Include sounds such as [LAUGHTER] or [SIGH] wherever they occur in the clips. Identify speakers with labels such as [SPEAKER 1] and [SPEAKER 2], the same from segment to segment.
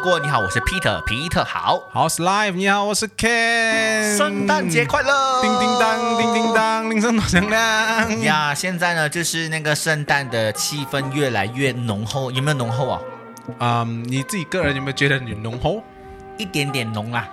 [SPEAKER 1] 过，你好，我是 Peter 皮特好，
[SPEAKER 2] 好是 Live，你好，我是 Ken。
[SPEAKER 1] 圣诞节快乐，
[SPEAKER 2] 叮叮当，叮叮当，铃声多响亮。
[SPEAKER 1] 呀！现在呢，就是那个圣诞的气氛越来越浓厚，有没有浓厚啊？
[SPEAKER 2] 嗯，你自己个人有没有觉得你浓厚？
[SPEAKER 1] 一点点浓
[SPEAKER 2] [LAUGHS]
[SPEAKER 1] 啦，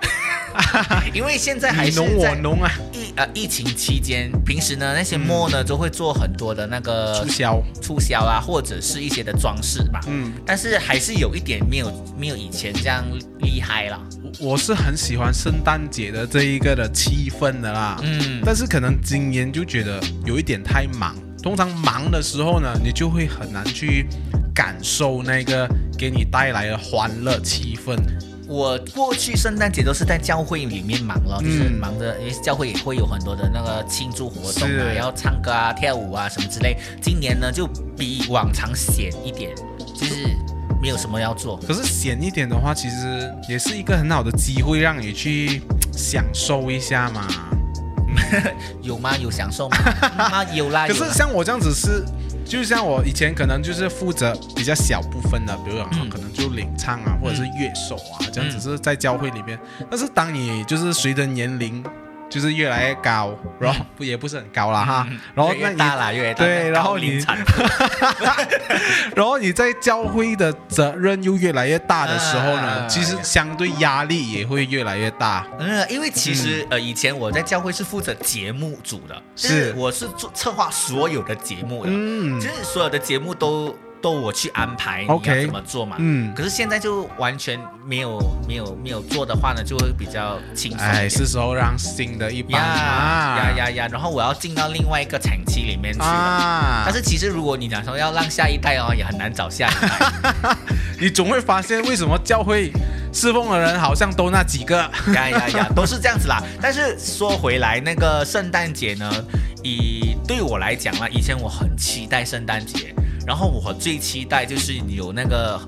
[SPEAKER 1] 因为现 [LAUGHS] 在还
[SPEAKER 2] 你
[SPEAKER 1] 是
[SPEAKER 2] 浓我
[SPEAKER 1] 在
[SPEAKER 2] 浓啊，
[SPEAKER 1] 疫呃疫情期间，平时呢那些墨呢都会做很多的那个
[SPEAKER 2] 促销。
[SPEAKER 1] 促销啊，或者是一些的装饰吧。
[SPEAKER 2] 嗯，
[SPEAKER 1] 但是还是有一点没有没有以前这样厉害啦。
[SPEAKER 2] 我我是很喜欢圣诞节的这一个的气氛的啦。
[SPEAKER 1] 嗯，
[SPEAKER 2] 但是可能今年就觉得有一点太忙。通常忙的时候呢，你就会很难去感受那个给你带来的欢乐气氛。
[SPEAKER 1] 我过去圣诞节都是在教会里面忙了，就是
[SPEAKER 2] 嗯
[SPEAKER 1] 忙着，因为教会也会有很多的那个庆祝活动啊，
[SPEAKER 2] 是
[SPEAKER 1] 然后唱歌啊、跳舞啊什么之类。今年呢就比往常闲一点，就是没有什么要做。 [LAUGHS]
[SPEAKER 2] 可是闲一点的话，其实也是一个很好的机会，让你去享受一下嘛。
[SPEAKER 1] 有吗？有享受吗？嗯啊，有
[SPEAKER 2] [LAUGHS]
[SPEAKER 1] 啦。
[SPEAKER 2] 可
[SPEAKER 1] 有
[SPEAKER 2] 是
[SPEAKER 1] 啦
[SPEAKER 2] 像我这样子是，就像我以前可能就是负责比较小部分的，比如讲、哦
[SPEAKER 1] 嗯
[SPEAKER 2] 可能就领唱啊，或者是乐手啊，这样子
[SPEAKER 1] 嗯
[SPEAKER 2] 是在教会里面。但是当你就是随着年龄就是越来越高，
[SPEAKER 1] 嗯
[SPEAKER 2] 然后也不是很高了哈，然后
[SPEAKER 1] 越来
[SPEAKER 2] 那
[SPEAKER 1] 越
[SPEAKER 2] 你
[SPEAKER 1] 大啦，越来越大。
[SPEAKER 2] 对然后
[SPEAKER 1] 高龄
[SPEAKER 2] 你 [LAUGHS]
[SPEAKER 1] 产
[SPEAKER 2] 然后你在教会的责任又越来越大的时候
[SPEAKER 1] 啊
[SPEAKER 2] 呢，其实相对压力也会越来越大。
[SPEAKER 1] 嗯，因为其实、呃，以前我在教会是负责节目组的，
[SPEAKER 2] 是
[SPEAKER 1] 就我是做策划所有的节目的，
[SPEAKER 2] 嗯
[SPEAKER 1] 就是所有的节目都都我去安排，你要
[SPEAKER 2] OK
[SPEAKER 1] 怎么做嘛。
[SPEAKER 2] 嗯，
[SPEAKER 1] 可是现在就完全没有没有没有做的话呢，就会比较轻松一点。
[SPEAKER 2] 哎，是时候让新的一帮
[SPEAKER 1] 呀
[SPEAKER 2] 啊
[SPEAKER 1] 呀呀呀！然后我要进到另外一个产期里面去了。
[SPEAKER 2] 啊！
[SPEAKER 1] 但是其实如果你讲说要让下一代哦，也很难找下一代
[SPEAKER 2] 你总会发现为什么教会侍奉的人好像都那几个。
[SPEAKER 1] 呀 [LAUGHS] 呀呀，都是这样子啦。但是说回来，那个圣诞节呢，以对我来讲啦，啊以前我很期待圣诞节，然后我最期待就是有那个，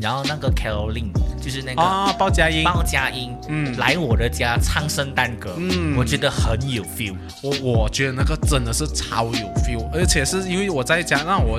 [SPEAKER 1] 然后那个 Caroline，就是那个
[SPEAKER 2] 啊，鲍佳音，
[SPEAKER 1] 鲍佳音，
[SPEAKER 2] 嗯
[SPEAKER 1] 来我的家唱圣诞歌，
[SPEAKER 2] 嗯
[SPEAKER 1] 我觉得很有 feel。
[SPEAKER 2] 我我觉得那个真的是超有 feel，而且是因为我在家，那我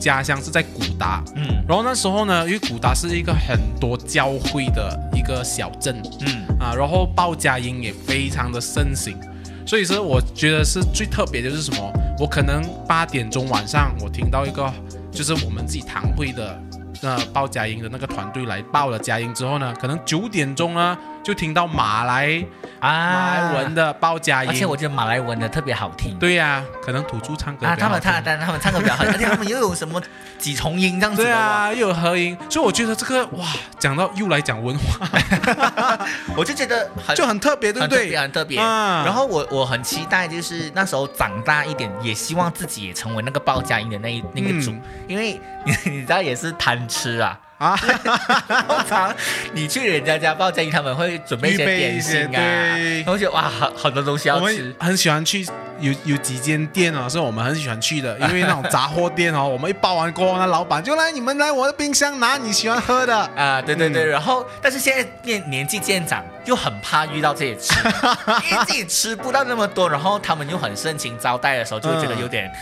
[SPEAKER 2] 家乡是在古达，
[SPEAKER 1] 嗯
[SPEAKER 2] 然后那时候呢，因为古达是一个很多教会的一个小镇
[SPEAKER 1] 嗯，
[SPEAKER 2] 啊，然后鲍佳音也非常的盛行，所以说我觉得是最特别的就是什么，我可能八点钟晚上我听到一个就是我们自己堂会的。那鲍佳音的那个团队来报了佳音之后呢，可能九点钟呢就听到马来马来文的鲍佳音，
[SPEAKER 1] 啊而且我觉得马来文的特别好听。
[SPEAKER 2] 对呀、可能土著唱歌
[SPEAKER 1] 啊，
[SPEAKER 2] 比
[SPEAKER 1] 他
[SPEAKER 2] 较好
[SPEAKER 1] 们
[SPEAKER 2] 听
[SPEAKER 1] 他他他们唱歌比较
[SPEAKER 2] [LAUGHS]
[SPEAKER 1] 好，而且他们又有什么几重音这样子
[SPEAKER 2] 对
[SPEAKER 1] 的哇。
[SPEAKER 2] 啊，又有合音，所以我觉得这个哇，讲到又来讲文化，
[SPEAKER 1] 我就觉得很
[SPEAKER 2] 就很特别，对不
[SPEAKER 1] 很特
[SPEAKER 2] 对
[SPEAKER 1] 别，？很特别。
[SPEAKER 2] 啊
[SPEAKER 1] 然后我我很期待，就是那时候长大一点，也希望自己也成为那个鲍家音的那一那个主，
[SPEAKER 2] 嗯
[SPEAKER 1] 因为你 [LAUGHS] 你知道也是贪吃啊。[LAUGHS]
[SPEAKER 2] 啊，
[SPEAKER 1] 通常你去人家家鲍家音，他们会准备一些
[SPEAKER 2] 预备一
[SPEAKER 1] 点心
[SPEAKER 2] 些
[SPEAKER 1] 啊，
[SPEAKER 2] 对
[SPEAKER 1] 然后觉得哇，好好多东西
[SPEAKER 2] 我
[SPEAKER 1] 要吃
[SPEAKER 2] 们。很喜欢去。有有几间店哦，是我们很喜欢去的，因为那种杂货店哦，我 [LAUGHS] 们一包完过后，那老板就来你们来我的冰箱拿你喜欢喝的。
[SPEAKER 1] 啊，对对
[SPEAKER 2] 嗯
[SPEAKER 1] 对，然后但是现在年年纪渐长，又很怕遇到这些
[SPEAKER 2] [LAUGHS]
[SPEAKER 1] 吃的，因为自己吃不到那么多，然后他们又很盛情招待的时候，就会觉得有点、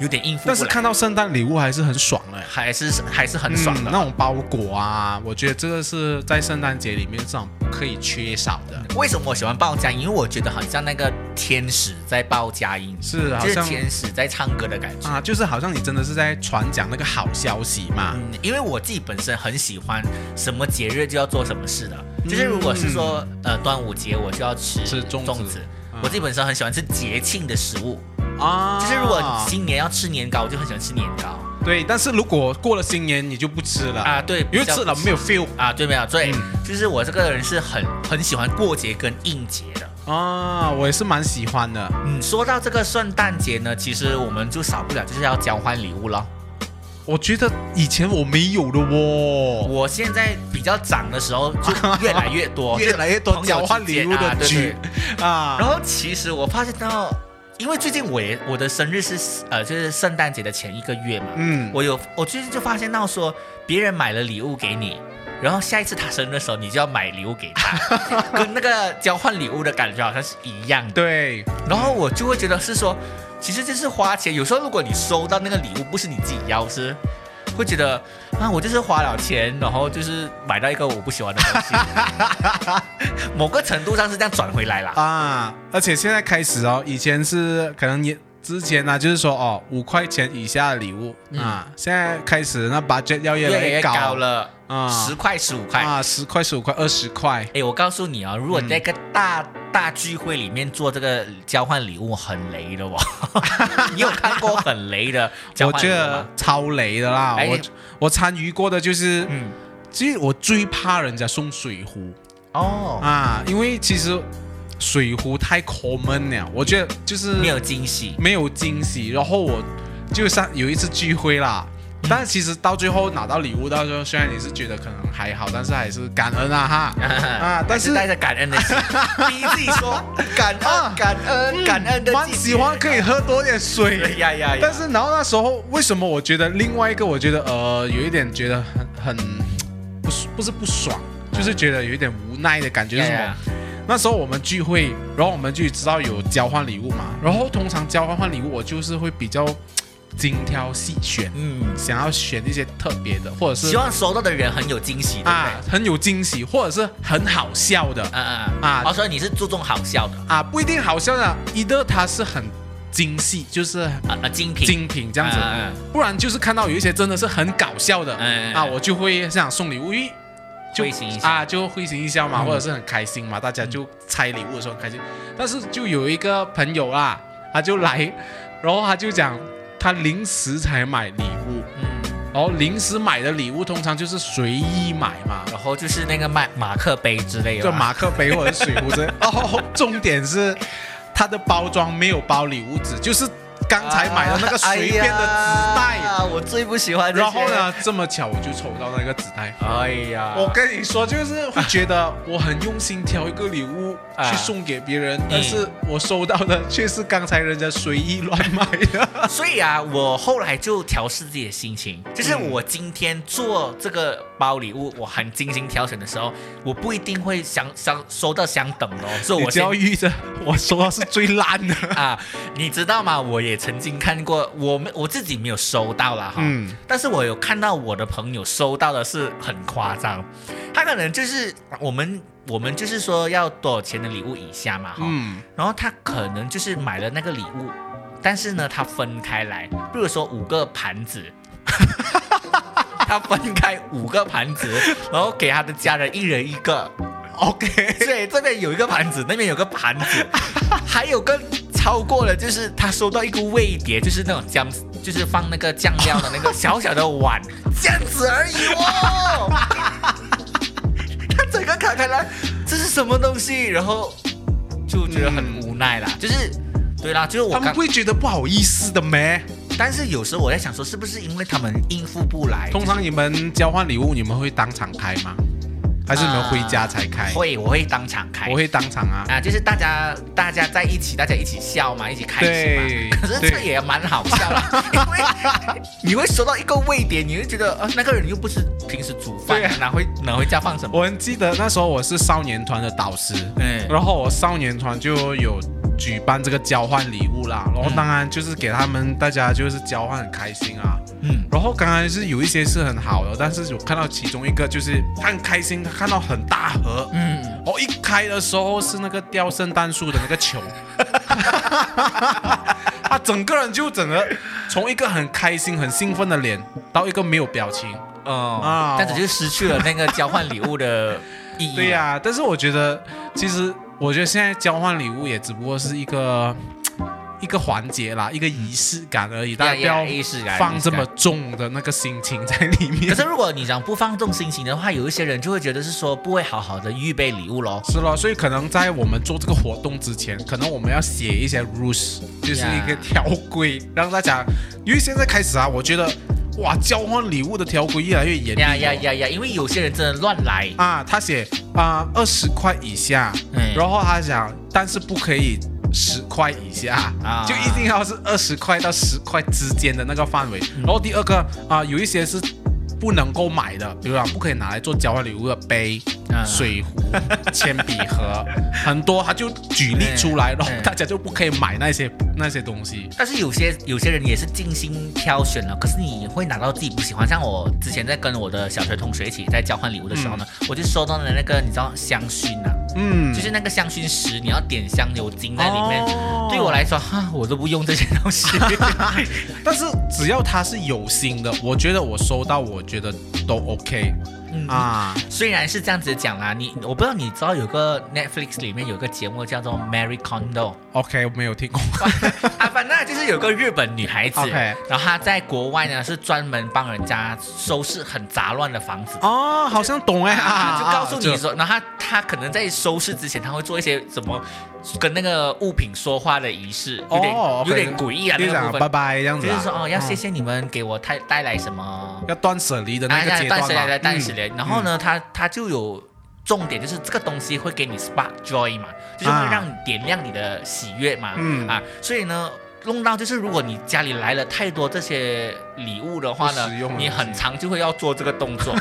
[SPEAKER 1] 有点应付不
[SPEAKER 2] 嗯但
[SPEAKER 1] 来。
[SPEAKER 2] 是看到圣诞礼物还是很爽的，
[SPEAKER 1] 还是还是很爽
[SPEAKER 2] 嗯
[SPEAKER 1] 的。
[SPEAKER 2] 那种包裹啊，我觉得这个是在圣诞节里面这种不可以缺少的，
[SPEAKER 1] 为什么我喜欢鲍佳音？因为我觉得好像那个天使在鲍佳音，
[SPEAKER 2] 是好
[SPEAKER 1] 就是
[SPEAKER 2] 像
[SPEAKER 1] 天使在唱歌的感觉。
[SPEAKER 2] 啊，就是好像你真的是在传讲那个好消息嘛。
[SPEAKER 1] 嗯，因为我自己本身很喜欢什么节日就要做什么事的，就是如果是说、呃端午节我就要吃
[SPEAKER 2] 嗯吃粽子啊
[SPEAKER 1] 我自己本身很喜欢吃节庆的食物，
[SPEAKER 2] 啊，
[SPEAKER 1] 就是嗯如果新年要吃年糕，我就很喜欢吃年糕
[SPEAKER 2] 对，但是如果过了新年你就不吃了，
[SPEAKER 1] 啊，对，
[SPEAKER 2] 因为吃了没
[SPEAKER 1] 有
[SPEAKER 2] 有 feel
[SPEAKER 1] 啊？对，没有，对，
[SPEAKER 2] 嗯
[SPEAKER 1] 就是我这个人是很很喜欢过节跟应节的。
[SPEAKER 2] 啊，我也是蛮喜欢的
[SPEAKER 1] 嗯，说到这个圣诞节呢，其实我们就少不了就是要交换礼物了。
[SPEAKER 2] 我觉得以前我没有的哦，
[SPEAKER 1] 我现在比较长的时候就越来越多，
[SPEAKER 2] [LAUGHS] 越来越多
[SPEAKER 1] 朋友
[SPEAKER 2] 交换
[SPEAKER 1] 之间
[SPEAKER 2] 礼物
[SPEAKER 1] 啊
[SPEAKER 2] 的
[SPEAKER 1] 对
[SPEAKER 2] 局
[SPEAKER 1] 对
[SPEAKER 2] 啊，
[SPEAKER 1] 然后其实我发现到，因为最近我也我的生日是呃就是圣诞节的前一个月嘛，
[SPEAKER 2] 嗯，
[SPEAKER 1] 我有我最近就发现到说，别人买了礼物给你。然后下一次他生日的时候，你就要买礼物给他，跟那个交换礼物的感觉好像是一样的。
[SPEAKER 2] 对，
[SPEAKER 1] 然后我就会觉得是说，其实这是花钱。有时候如果你收到那个礼物不是你自己要，是会觉得啊，我就是花了钱，然后就是买到一个我不喜欢的东西，某个程度上是这样转回来啦。
[SPEAKER 2] 啊，而且现在开始哦，以前是可能你之前呢、就是说哦五块钱以下的礼物、啊，现在开始那 budget 要越
[SPEAKER 1] 越
[SPEAKER 2] 来
[SPEAKER 1] 来
[SPEAKER 2] 越
[SPEAKER 1] 越
[SPEAKER 2] 高
[SPEAKER 1] 高了，
[SPEAKER 2] 啊
[SPEAKER 1] 十块十五块。
[SPEAKER 2] 啊，十块十五块二十块，
[SPEAKER 1] 哎，我告诉你啊，如果在一个大、大聚会里面做这个交换礼物，很雷的哦。
[SPEAKER 2] [LAUGHS]
[SPEAKER 1] 你有看过很雷的交
[SPEAKER 2] 我
[SPEAKER 1] 换
[SPEAKER 2] 觉
[SPEAKER 1] 礼物
[SPEAKER 2] 得
[SPEAKER 1] 吗？
[SPEAKER 2] 超雷的啦，
[SPEAKER 1] 哎
[SPEAKER 2] 我我参与过的就是，
[SPEAKER 1] 嗯，
[SPEAKER 2] 其实我最怕人家送水壶
[SPEAKER 1] 哦，
[SPEAKER 2] 啊，因为其实水壶太 common 了，我觉得就是
[SPEAKER 1] 没有惊喜，
[SPEAKER 2] 没有惊喜。然后我就上有一次聚会啦，
[SPEAKER 1] 嗯
[SPEAKER 2] 但其实到最后拿到礼物，到时候虽然你是觉得可能还好，但是还是感恩啊哈啊！但是
[SPEAKER 1] 带着感恩的
[SPEAKER 2] [LAUGHS]
[SPEAKER 1] 心，逼自己说感
[SPEAKER 2] 啊
[SPEAKER 1] 恩、感恩、 [LAUGHS] 感恩的
[SPEAKER 2] 嗯蛮
[SPEAKER 1] 季节
[SPEAKER 2] 喜欢可以喝多点
[SPEAKER 1] 哎
[SPEAKER 2] 水。
[SPEAKER 1] 呀呀呀！
[SPEAKER 2] 但是，然后那时候为什么我觉得另外一个，我觉得呃，有一点觉得很很不是不是不爽，就是
[SPEAKER 1] 嗯
[SPEAKER 2] 觉得有一点无奈的感觉，就是什么
[SPEAKER 1] 呀？
[SPEAKER 2] 那时候我们聚会，然后我们就知道有交换礼物嘛。然后通常交换换礼物，我就是会比较精挑细选，
[SPEAKER 1] 嗯，
[SPEAKER 2] 想要选一些特别的，或者
[SPEAKER 1] 希
[SPEAKER 2] 是
[SPEAKER 1] 望收到的人很有惊喜，对不
[SPEAKER 2] 啊
[SPEAKER 1] 对？
[SPEAKER 2] 很有惊喜，或者是很好笑的
[SPEAKER 1] 嗯嗯
[SPEAKER 2] 啊
[SPEAKER 1] 哦，所以你是注重好笑的
[SPEAKER 2] 啊，不一定好笑的，一个它是很精细，就是
[SPEAKER 1] 啊啊，精品，
[SPEAKER 2] 精品这样子
[SPEAKER 1] 啊啊啊，
[SPEAKER 2] 不然就是看到有一些真的是很搞笑的
[SPEAKER 1] 嗯嗯嗯
[SPEAKER 2] 啊，我就会想送礼物，因为就
[SPEAKER 1] 会心一笑
[SPEAKER 2] 啊，就会心一笑嘛，
[SPEAKER 1] 嗯
[SPEAKER 2] 或者是很开心嘛，大家就拆礼物的时候很开心。但是就有一个朋友啦，他就来，然后他就讲他临时才买礼物，
[SPEAKER 1] 嗯，
[SPEAKER 2] 然后临时买的礼物通常就是随意买嘛，
[SPEAKER 1] 然后就是那个马马克杯之类的
[SPEAKER 2] 就
[SPEAKER 1] 吧，
[SPEAKER 2] 马克杯或者水壶
[SPEAKER 1] [LAUGHS]
[SPEAKER 2] 之类。哦，重点是它的包装没有包礼物纸，就是刚才买的
[SPEAKER 1] [LAUGHS]
[SPEAKER 2] 那个随便的纸袋。
[SPEAKER 1] 哎呀我最不喜欢这些
[SPEAKER 2] 然后？呢，这么巧我就抽到那个纸袋。
[SPEAKER 1] 哎呀，
[SPEAKER 2] 我跟你说，就是会觉得我很用心挑一个礼物
[SPEAKER 1] 啊
[SPEAKER 2] 去送给别人，但是我收到的 [LAUGHS] 却是刚才人家随意乱买 [LAUGHS] 的。
[SPEAKER 1] 所以啊，我后来就调试自己的心情，就是
[SPEAKER 2] 嗯
[SPEAKER 1] 我今天做这个包礼物，我很精心挑选的时候，我不一定会相相收到相等的、哦，所以
[SPEAKER 2] 你
[SPEAKER 1] 我
[SPEAKER 2] 只
[SPEAKER 1] 先
[SPEAKER 2] 要遇着我收到是最烂的， [LAUGHS]
[SPEAKER 1] 啊，你知道吗？我也曾经看过，我们我自己没有收到啦哈，
[SPEAKER 2] 嗯
[SPEAKER 1] 但是我有看到我的朋友收到的是很夸张，他可能就是我们我们就是说要多少钱的礼物以下嘛哈，
[SPEAKER 2] 嗯
[SPEAKER 1] 然后他可能就是买了那个礼物，但是呢，他分开来，比如说五个盘子， [LAUGHS] 他分开五个盘子，然后给他的家人一人一个。
[SPEAKER 2] ，OK，
[SPEAKER 1] 对，这边有一个盘子，那边有个盘
[SPEAKER 2] [LAUGHS]
[SPEAKER 1] 子，还有更超过了，就是他收到一个味碟，就是那种酱，就是放那个酱料的那个小小的碗，这样子而已
[SPEAKER 2] [LAUGHS]
[SPEAKER 1] 哦。他整个看开来，这是什么东西？然后就觉得很无奈啦，就是对啦，就是我
[SPEAKER 2] 嗯他们
[SPEAKER 1] 刚
[SPEAKER 2] 不，会觉得不好意思的咩？
[SPEAKER 1] 但是有时候我在想说，是不是因为他们应付不来？
[SPEAKER 2] 通常你们交换礼物，你们会当场开吗？还是你们回家才开？
[SPEAKER 1] 啊会，我会当场开，
[SPEAKER 2] 我会当场啊。
[SPEAKER 1] 啊，就是大家大家在一起，大家一起笑嘛，一起开心
[SPEAKER 2] 对
[SPEAKER 1] 嘛。可是这
[SPEAKER 2] 对
[SPEAKER 1] 也蛮好笑的，因为你会收到一个味碟，你会觉得呃那个人又不是平时煮饭，
[SPEAKER 2] 对啊
[SPEAKER 1] 哪会哪会家放什么？
[SPEAKER 2] 我很记得那时候我是少年团的导师，
[SPEAKER 1] 嗯
[SPEAKER 2] 然后我少年团就有举办这个交换礼物啦，然后当然就是给他们大家就是交换很开心啊。
[SPEAKER 1] 嗯
[SPEAKER 2] 然后刚才是有一些是很好的，但是有看到其中一个就是他很开心，他看到很大盒，
[SPEAKER 1] 嗯，
[SPEAKER 2] 哦，一开的时候是那个吊圣诞树的那个球， [LAUGHS] 他整个人就整个从一个很开心、很兴奋的脸到一个没有表情。
[SPEAKER 1] 哦
[SPEAKER 2] 啊，
[SPEAKER 1] 这样子就失去了那个交换礼物的意义。
[SPEAKER 2] 对、呀、但是我觉得，其实我觉得现在交换礼物也只不过是一个一个环节啦，一个仪式感而已，大家不要
[SPEAKER 1] 嗯仪式感啊
[SPEAKER 2] 放这么重的那个心情在里
[SPEAKER 1] 可
[SPEAKER 2] 面。
[SPEAKER 1] 是如果你想不放纵心情的话，有一些人就会觉得是说不会好好的预备礼物咯。
[SPEAKER 2] [LAUGHS] 是咯，所以可能在我们做这个活动之前，可能我们要写一些 rules，就是一个
[SPEAKER 1] Yeah
[SPEAKER 2] 条规，让大家，因为现在开始啊，我觉得哇，交换礼物的条规越来越严厉、哦。
[SPEAKER 1] 呀呀呀呀！因为有些人真的乱来，
[SPEAKER 2] 啊，他写啊二十块以下，
[SPEAKER 1] 嗯
[SPEAKER 2] 然后他讲，但是不可以十块以下，
[SPEAKER 1] 啊
[SPEAKER 2] 就一定
[SPEAKER 1] 嗯
[SPEAKER 2] 要是二十块到十块之间的那个范围。然后第二个啊，有一些是不能够买的，比如讲不可以拿来做交换礼物的杯、
[SPEAKER 1] 嗯
[SPEAKER 2] 水壶、铅笔
[SPEAKER 1] [LAUGHS]
[SPEAKER 2] 盒，很多他就举例出来，然后
[SPEAKER 1] 嗯
[SPEAKER 2] 大家就不可以买那些那些东西。
[SPEAKER 1] 但是有些有些人也是精心挑选了，可是你会拿到自己不喜欢。像我之前在跟我的小学同学一起在交换礼物的时候呢，我就收到了那个你知道香薰啊，
[SPEAKER 2] 嗯，
[SPEAKER 1] 就是那个香薰石，你要点香油精在里面。
[SPEAKER 2] 哦
[SPEAKER 1] 对我来说，哈，我都不用这些东
[SPEAKER 2] [LAUGHS]
[SPEAKER 1] 西。
[SPEAKER 2] 但是只要他是有心的，我觉得我收到，我觉得都 OK
[SPEAKER 1] 嗯
[SPEAKER 2] 啊。
[SPEAKER 1] 虽然是这样子讲啦，你我不知道你知道有个 Netflix 里面有个节目叫做 Mary Kondo，
[SPEAKER 2] [LAUGHS] OK，我没有听过。
[SPEAKER 1] 啊，反正就是有个日本女孩子
[SPEAKER 2] OK
[SPEAKER 1] 然后她在国外呢是专门帮人家收拾很杂乱的房子。
[SPEAKER 2] [LAUGHS] 哦，好像懂哎
[SPEAKER 1] 啊，
[SPEAKER 2] 啊，
[SPEAKER 1] 就告诉你
[SPEAKER 2] 这
[SPEAKER 1] 说，然后她她可能在收拾之前，她会做一些什么跟那个物品说话的仪式，有点、
[SPEAKER 2] 哦，OK，
[SPEAKER 1] 有点诡异啊，那
[SPEAKER 2] 就
[SPEAKER 1] 个
[SPEAKER 2] 讲
[SPEAKER 1] 部分
[SPEAKER 2] 拜拜这样子
[SPEAKER 1] 就
[SPEAKER 2] 啊，
[SPEAKER 1] 是说哦，要谢
[SPEAKER 2] 嗯
[SPEAKER 1] 谢你们给我带带来什么
[SPEAKER 2] 要断舍离的
[SPEAKER 1] 哎
[SPEAKER 2] 那个
[SPEAKER 1] 呀
[SPEAKER 2] 阶段
[SPEAKER 1] 断
[SPEAKER 2] 嘛
[SPEAKER 1] 舍离，来断
[SPEAKER 2] 嗯
[SPEAKER 1] 舍离。然后呢，它它就有重点，就是这个东西会给你 spark joy 嘛，就是会
[SPEAKER 2] 啊
[SPEAKER 1] 让你点亮你的喜悦嘛。
[SPEAKER 2] 嗯
[SPEAKER 1] 啊，所以呢。弄到就是，如果你家里来了太多这些礼物的话呢
[SPEAKER 2] 不实用，的
[SPEAKER 1] 你
[SPEAKER 2] 东西
[SPEAKER 1] 很常就会要做这个动作。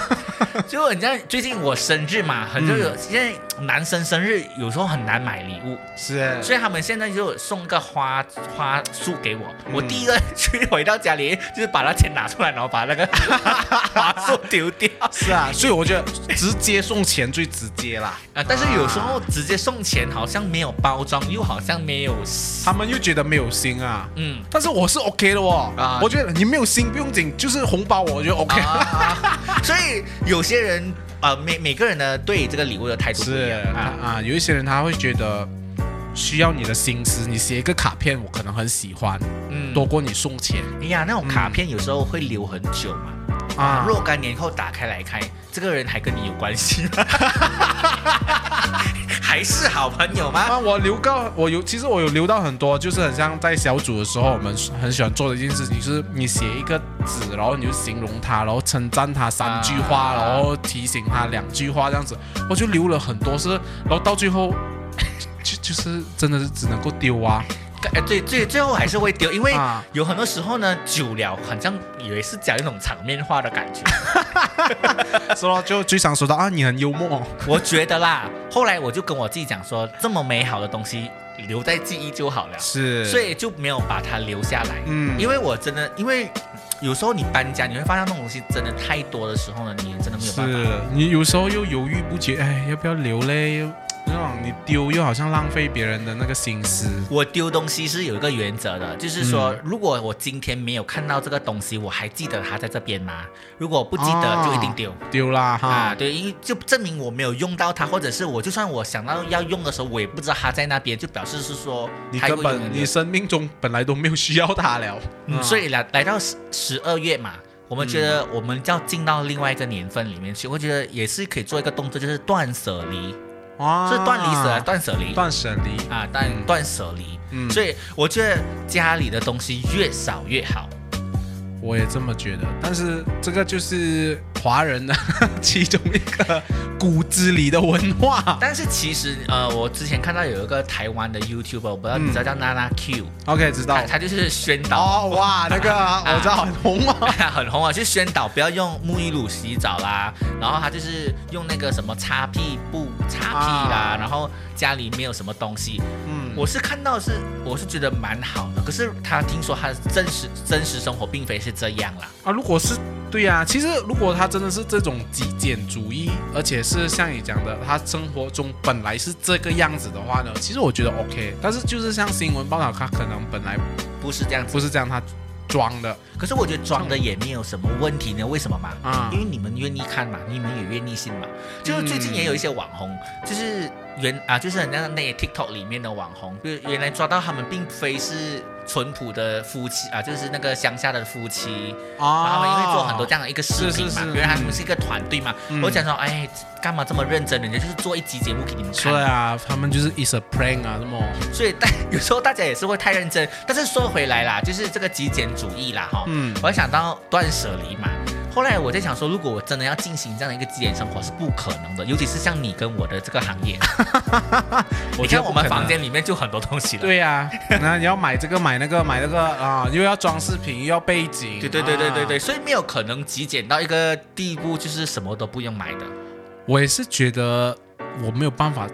[SPEAKER 1] 就人家最近我生日嘛，很就有、现在男生生日有时候很难买礼物，
[SPEAKER 2] 嗯是
[SPEAKER 1] 所以他们现在就送个花花束给我，
[SPEAKER 2] 嗯
[SPEAKER 1] 我第一个去回到家里就是把那钱拿出来，然后把那个 [LAUGHS] 花束丢掉
[SPEAKER 2] 是啊，所以我觉得直接送钱最直
[SPEAKER 1] [LAUGHS]
[SPEAKER 2] 接啦。
[SPEAKER 1] [LAUGHS] 啊。但是有时候直接送钱好像没有包装，又好像没有，
[SPEAKER 2] 他们又觉得没有心啊，
[SPEAKER 1] 嗯。
[SPEAKER 2] 但是我是 OK 的哦。
[SPEAKER 1] 啊
[SPEAKER 2] 我觉得你没有心不用紧，就是红包我觉得 OK。
[SPEAKER 1] 啊，所以有些人啊、呃每每个人呢对这个礼物的态度不一
[SPEAKER 2] 是
[SPEAKER 1] 样
[SPEAKER 2] 啊
[SPEAKER 1] 啊。
[SPEAKER 2] 啊，有一些人他会觉得需要你的心思，你写一个卡片我可能很喜欢，
[SPEAKER 1] 嗯，
[SPEAKER 2] 多过你送钱
[SPEAKER 1] 哎呀，那种卡片有时候会留很久嘛，
[SPEAKER 2] 啊。
[SPEAKER 1] 若干年后打开来看，这个人还跟你有关系吗？ [LAUGHS] 还是好朋友吗？
[SPEAKER 2] 啊，我留到我有，其实我有留到很多，就是很像在小组的时候，我们很喜欢做的一件事情，就是你写一个纸，然后你就形容他，然后称赞他三句话，
[SPEAKER 1] 啊
[SPEAKER 2] 然后提醒他两句话，这样子，我就留了很多是，然后到最后就 [LAUGHS] 就是真的是只能够丢啊 [LAUGHS]
[SPEAKER 1] 哎，对，最最后还是会丢，因为
[SPEAKER 2] 啊！
[SPEAKER 1] 有很多时候呢，久了好像以为是讲一种场面话的感觉。 [LAUGHS]
[SPEAKER 2] 是咯，就最想说到啊，你很幽默
[SPEAKER 1] 我觉得啦，后来我就跟我自己讲说，这么美好的东西留在记忆就好了，
[SPEAKER 2] 是
[SPEAKER 1] 所以就没有把它留下来。
[SPEAKER 2] 嗯，
[SPEAKER 1] 因为我真的，因为有时候你搬家，你会发现那种东西真的太多的时候呢，你也真的没有办法。
[SPEAKER 2] 是你有时候又犹豫不决，哎，要不要留嘞？又那种你丢又好像浪费别人的那个心思。
[SPEAKER 1] 我丢东西是有一个原则的，就是说，
[SPEAKER 2] 嗯
[SPEAKER 1] 如果我今天没有看到这个东西，我还记得它在这边吗？如果我不记得，
[SPEAKER 2] 哦
[SPEAKER 1] 就一定丢。
[SPEAKER 2] 丢啦哈、
[SPEAKER 1] 啊，对，因为就证明我没有用到它，或者是我就算我想到要用的时候，我也不知道它在那边，就表示是说
[SPEAKER 2] 你
[SPEAKER 1] 它
[SPEAKER 2] 根
[SPEAKER 1] 会有
[SPEAKER 2] 本
[SPEAKER 1] 用
[SPEAKER 2] 你啊生命中本来都没有需要它了，
[SPEAKER 1] 嗯所以来来到十十二月嘛，我们觉
[SPEAKER 2] 嗯
[SPEAKER 1] 得我们要进到另外一个年份里面去，我觉得也是可以做一个动作，就是断舍离，
[SPEAKER 2] 啊
[SPEAKER 1] 是断离舍还是断舍离
[SPEAKER 2] 断舍离，
[SPEAKER 1] 啊，断
[SPEAKER 2] 嗯
[SPEAKER 1] 断舍离。
[SPEAKER 2] 嗯，
[SPEAKER 1] 所
[SPEAKER 2] 以
[SPEAKER 1] 以我觉得家里的东西越少越好。
[SPEAKER 2] 啊我也这么觉得。但是这个就是华人的其中一个骨子里的文化。
[SPEAKER 1] 但是其实呃，我之前看到有一个台湾的 YouTuber，我不知道你知道叫娜娜 Q，
[SPEAKER 2] OK，知道
[SPEAKER 1] 他。他就是宣导
[SPEAKER 2] 哦哇，那个我知道很红啊。
[SPEAKER 1] [LAUGHS] 很红啊，去宣导不要用沐浴乳洗澡啦，然后他就是用那个什么擦屁布擦屁啦，
[SPEAKER 2] 啊
[SPEAKER 1] 然后家里没有什么东西，
[SPEAKER 2] 嗯，
[SPEAKER 1] 我是看到是我是觉得蛮好的，可是他听说他真实真实生活并非是这样啦，
[SPEAKER 2] 啊，如果是对呀、其实如果他真的是这种极简主义，而且是像你讲的，他生活中本来是这个样子的话呢，其实我觉得 OK。但是就是像新闻报道，他可能本来
[SPEAKER 1] 不是这样子
[SPEAKER 2] 不。是这样，他装的
[SPEAKER 1] 可是我觉得装的也没有什么问题呢，为什么嘛？
[SPEAKER 2] 啊嗯
[SPEAKER 1] 因。为你们愿意看嘛，你们也愿意信嘛。就是最近也有一些网红，就是原啊，就是很像那些 TikTok 里面的网红，就是原来抓到他们并非是淳朴的夫妻啊，就是那个乡下的夫妻，然后他
[SPEAKER 2] 啊
[SPEAKER 1] 们因为做很多这样的一个视频嘛，
[SPEAKER 2] 是是是
[SPEAKER 1] 原来他们是一个团队嘛。
[SPEAKER 2] 嗯
[SPEAKER 1] 我讲说，哎，干嘛这么认真？人家就是做一集节目给你们看
[SPEAKER 2] 对。啊，他们就是 is a prank 啊，那么
[SPEAKER 1] 所以 [LAUGHS] 但有时候大家也是会太认真。但是说回来啦，就是这个极简主义啦，哈、
[SPEAKER 2] 嗯
[SPEAKER 1] 我想到断舍离嘛。后来我在想说，如果我真的要进行这样的一个极简生活是不可能的，尤其是像你跟我的这个行 [LAUGHS] 业，你
[SPEAKER 2] 觉
[SPEAKER 1] 看
[SPEAKER 2] 得不
[SPEAKER 1] 我们
[SPEAKER 2] 可能
[SPEAKER 1] 房间里面就很多东西了。
[SPEAKER 2] 对呀、那你要买这个买那个买那个啊，又要装饰品又要背景，
[SPEAKER 1] 对对对对对对，
[SPEAKER 2] 啊
[SPEAKER 1] 所以没有可能极简到一个地步，就是什么都不用买的。
[SPEAKER 2] 我也是觉得我没有办法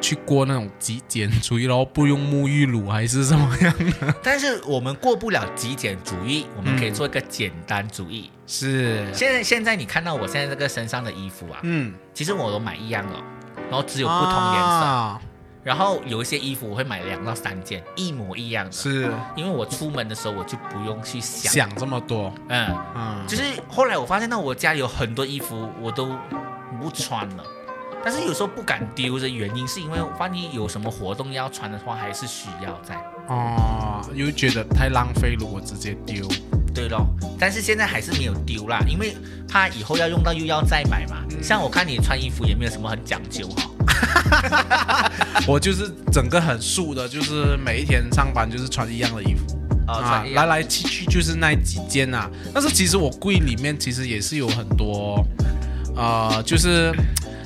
[SPEAKER 2] 去过那种极简主义，然后不用沐浴乳还是什么样的，
[SPEAKER 1] [LAUGHS] 但是我们过不了极简主义，我们可以
[SPEAKER 2] 嗯
[SPEAKER 1] 做一个简单主义。
[SPEAKER 2] 是，
[SPEAKER 1] 现在现在你看到我现在这个身上的衣服啊，
[SPEAKER 2] 嗯，
[SPEAKER 1] 其实我都买一样哦，然后只
[SPEAKER 2] 有
[SPEAKER 1] 有不同颜色，
[SPEAKER 2] 啊、
[SPEAKER 1] 然后有一些衣服我会买两到三件一模一样的，
[SPEAKER 2] 是
[SPEAKER 1] 因为我出门的时候我就不用去想，
[SPEAKER 2] 想这么多，
[SPEAKER 1] 嗯，
[SPEAKER 2] 嗯，
[SPEAKER 1] 就是后来我发现到我家里有很多衣服我都不穿了。但是有时候不敢丢的原因，是因为万一有什么活动要穿的话，还是需要在。
[SPEAKER 2] 哦，又觉得太浪费了，我直接
[SPEAKER 1] [LAUGHS]
[SPEAKER 2] 丢，
[SPEAKER 1] 对咯，但是现在还是没有丢啦，因为怕以后要用到又要再买嘛。像我看你穿衣服也没有什么很讲究哈、
[SPEAKER 2] 我就是整个很素的，就是每一天上班就是穿一样的衣服。
[SPEAKER 1] 哦，
[SPEAKER 2] 啊
[SPEAKER 1] 穿，一样
[SPEAKER 2] 来来去去就是那几件啊。但是其实我柜里面其实也是有很多，呃，就是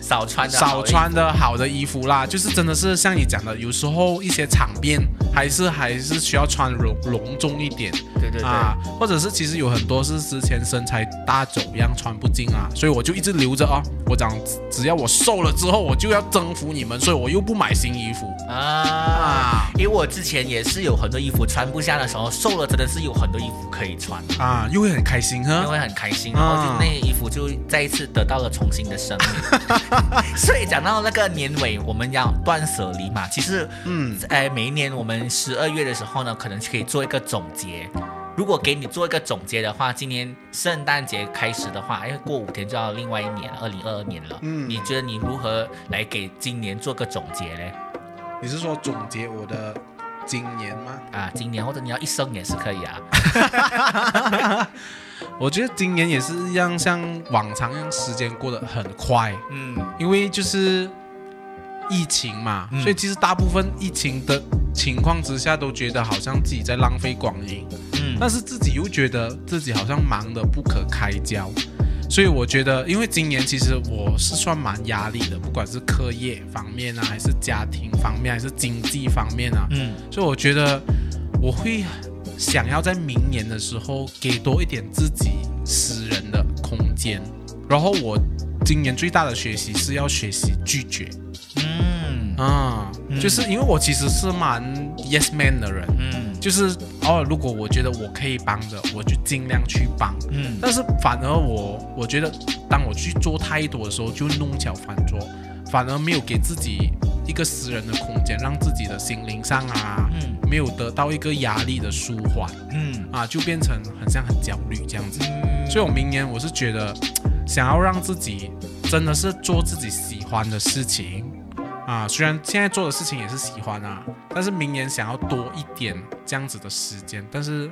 [SPEAKER 1] 少穿的好
[SPEAKER 2] 少
[SPEAKER 1] 一点
[SPEAKER 2] 穿的好的衣服啦。就是真的是像你讲的，有时候一些场面还是还是需要穿隆隆重一点
[SPEAKER 1] 对对对，
[SPEAKER 2] 啊，或者是其实有很多是之前身材大走样穿不进啊，所以我就一直留着哦。我讲只要我瘦了之后，我就要征服你们，所以我又不买新衣服
[SPEAKER 1] 啊。
[SPEAKER 2] 啊。
[SPEAKER 1] 因为我之前也是有很多衣服穿不下的时候，瘦了真的是有很多衣服可以穿，
[SPEAKER 2] 啊，又会很开心
[SPEAKER 1] 因
[SPEAKER 2] 呵，
[SPEAKER 1] 为很开心，然
[SPEAKER 2] 啊
[SPEAKER 1] 后就那些衣服就再一次得到了重新的生命。
[SPEAKER 2] [LAUGHS]
[SPEAKER 1] 所以讲到那个年尾，我们要断舍离嘛，其实
[SPEAKER 2] 嗯，
[SPEAKER 1] 哎，每一年我们十二月的时候呢，可能可以做一个总结。如果给你做一个总结的话，今年圣诞节开始的话，哎，过五天就要另外一年了，二零二二年了。
[SPEAKER 2] 嗯
[SPEAKER 1] 你觉得你如何来给今年做个总结嘞？
[SPEAKER 2] 你是说总结我的今年吗？
[SPEAKER 1] 啊，今年或者你要一生也是可以啊。
[SPEAKER 2] 我觉得今年也是一样，像往常一样，时间过得很快，
[SPEAKER 1] 嗯，
[SPEAKER 2] 因为就是疫情嘛，
[SPEAKER 1] 嗯
[SPEAKER 2] 所以其实大部分疫情的情况之下，都觉得好像自己在浪费光阴，
[SPEAKER 1] 嗯
[SPEAKER 2] 但是自己又觉得自己好像忙得不可开交。所以我觉得，因为今年其实我是算蛮压力的，不管是课业方面啊，还是家庭方面，还是经济方面啊，
[SPEAKER 1] 嗯，
[SPEAKER 2] 所以我觉得我会想要在明年的时候给多一点自己私人的空间。然后我今年最大的学习是要学习拒绝
[SPEAKER 1] 嗯
[SPEAKER 2] 啊，
[SPEAKER 1] 嗯
[SPEAKER 2] 就是因为我其实是蛮 yes man 的人，
[SPEAKER 1] 嗯
[SPEAKER 2] 就是哦，如果我觉得我可以帮的，我就尽量去帮。
[SPEAKER 1] 嗯
[SPEAKER 2] 但是反而我我觉得，当我去做太多的时候，就弄巧反拙，反而没有给自己一个私人的空间，让自己的心灵上啊，
[SPEAKER 1] 嗯
[SPEAKER 2] 没有得到一个压力的舒缓
[SPEAKER 1] 嗯
[SPEAKER 2] 啊，就变成很像很焦虑这样子。
[SPEAKER 1] 嗯，
[SPEAKER 2] 所以我明年我是觉得，想要让自己真的是做自己喜欢的事情啊，虽然现在做的事情也是喜欢啊，但是明年想要多一点这样子的时间，但是。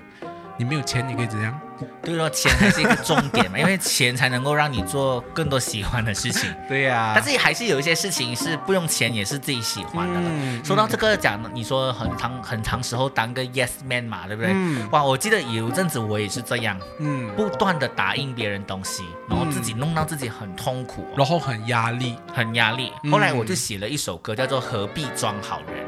[SPEAKER 2] 你没有钱，你可以怎样？
[SPEAKER 1] 对咯，钱还是一个重点嘛，因 [LAUGHS] 为钱才能够让你做更多喜欢的事情。
[SPEAKER 2] 对呀、
[SPEAKER 1] 但是还是有一些事情是不用钱也是自己喜欢的啦。
[SPEAKER 2] 嗯
[SPEAKER 1] 说到这个讲，你说很长很长时候当个 yes man 嘛，对不对？
[SPEAKER 2] 嗯
[SPEAKER 1] 哇，我记得有一阵子我也是这样，
[SPEAKER 2] 嗯，
[SPEAKER 1] 不断的答应别人东西，然后自己弄到自己很痛苦、
[SPEAKER 2] 然后很压力
[SPEAKER 1] 很压力。
[SPEAKER 2] 嗯
[SPEAKER 1] 后来我就写了一首歌，叫做《何必装好人》。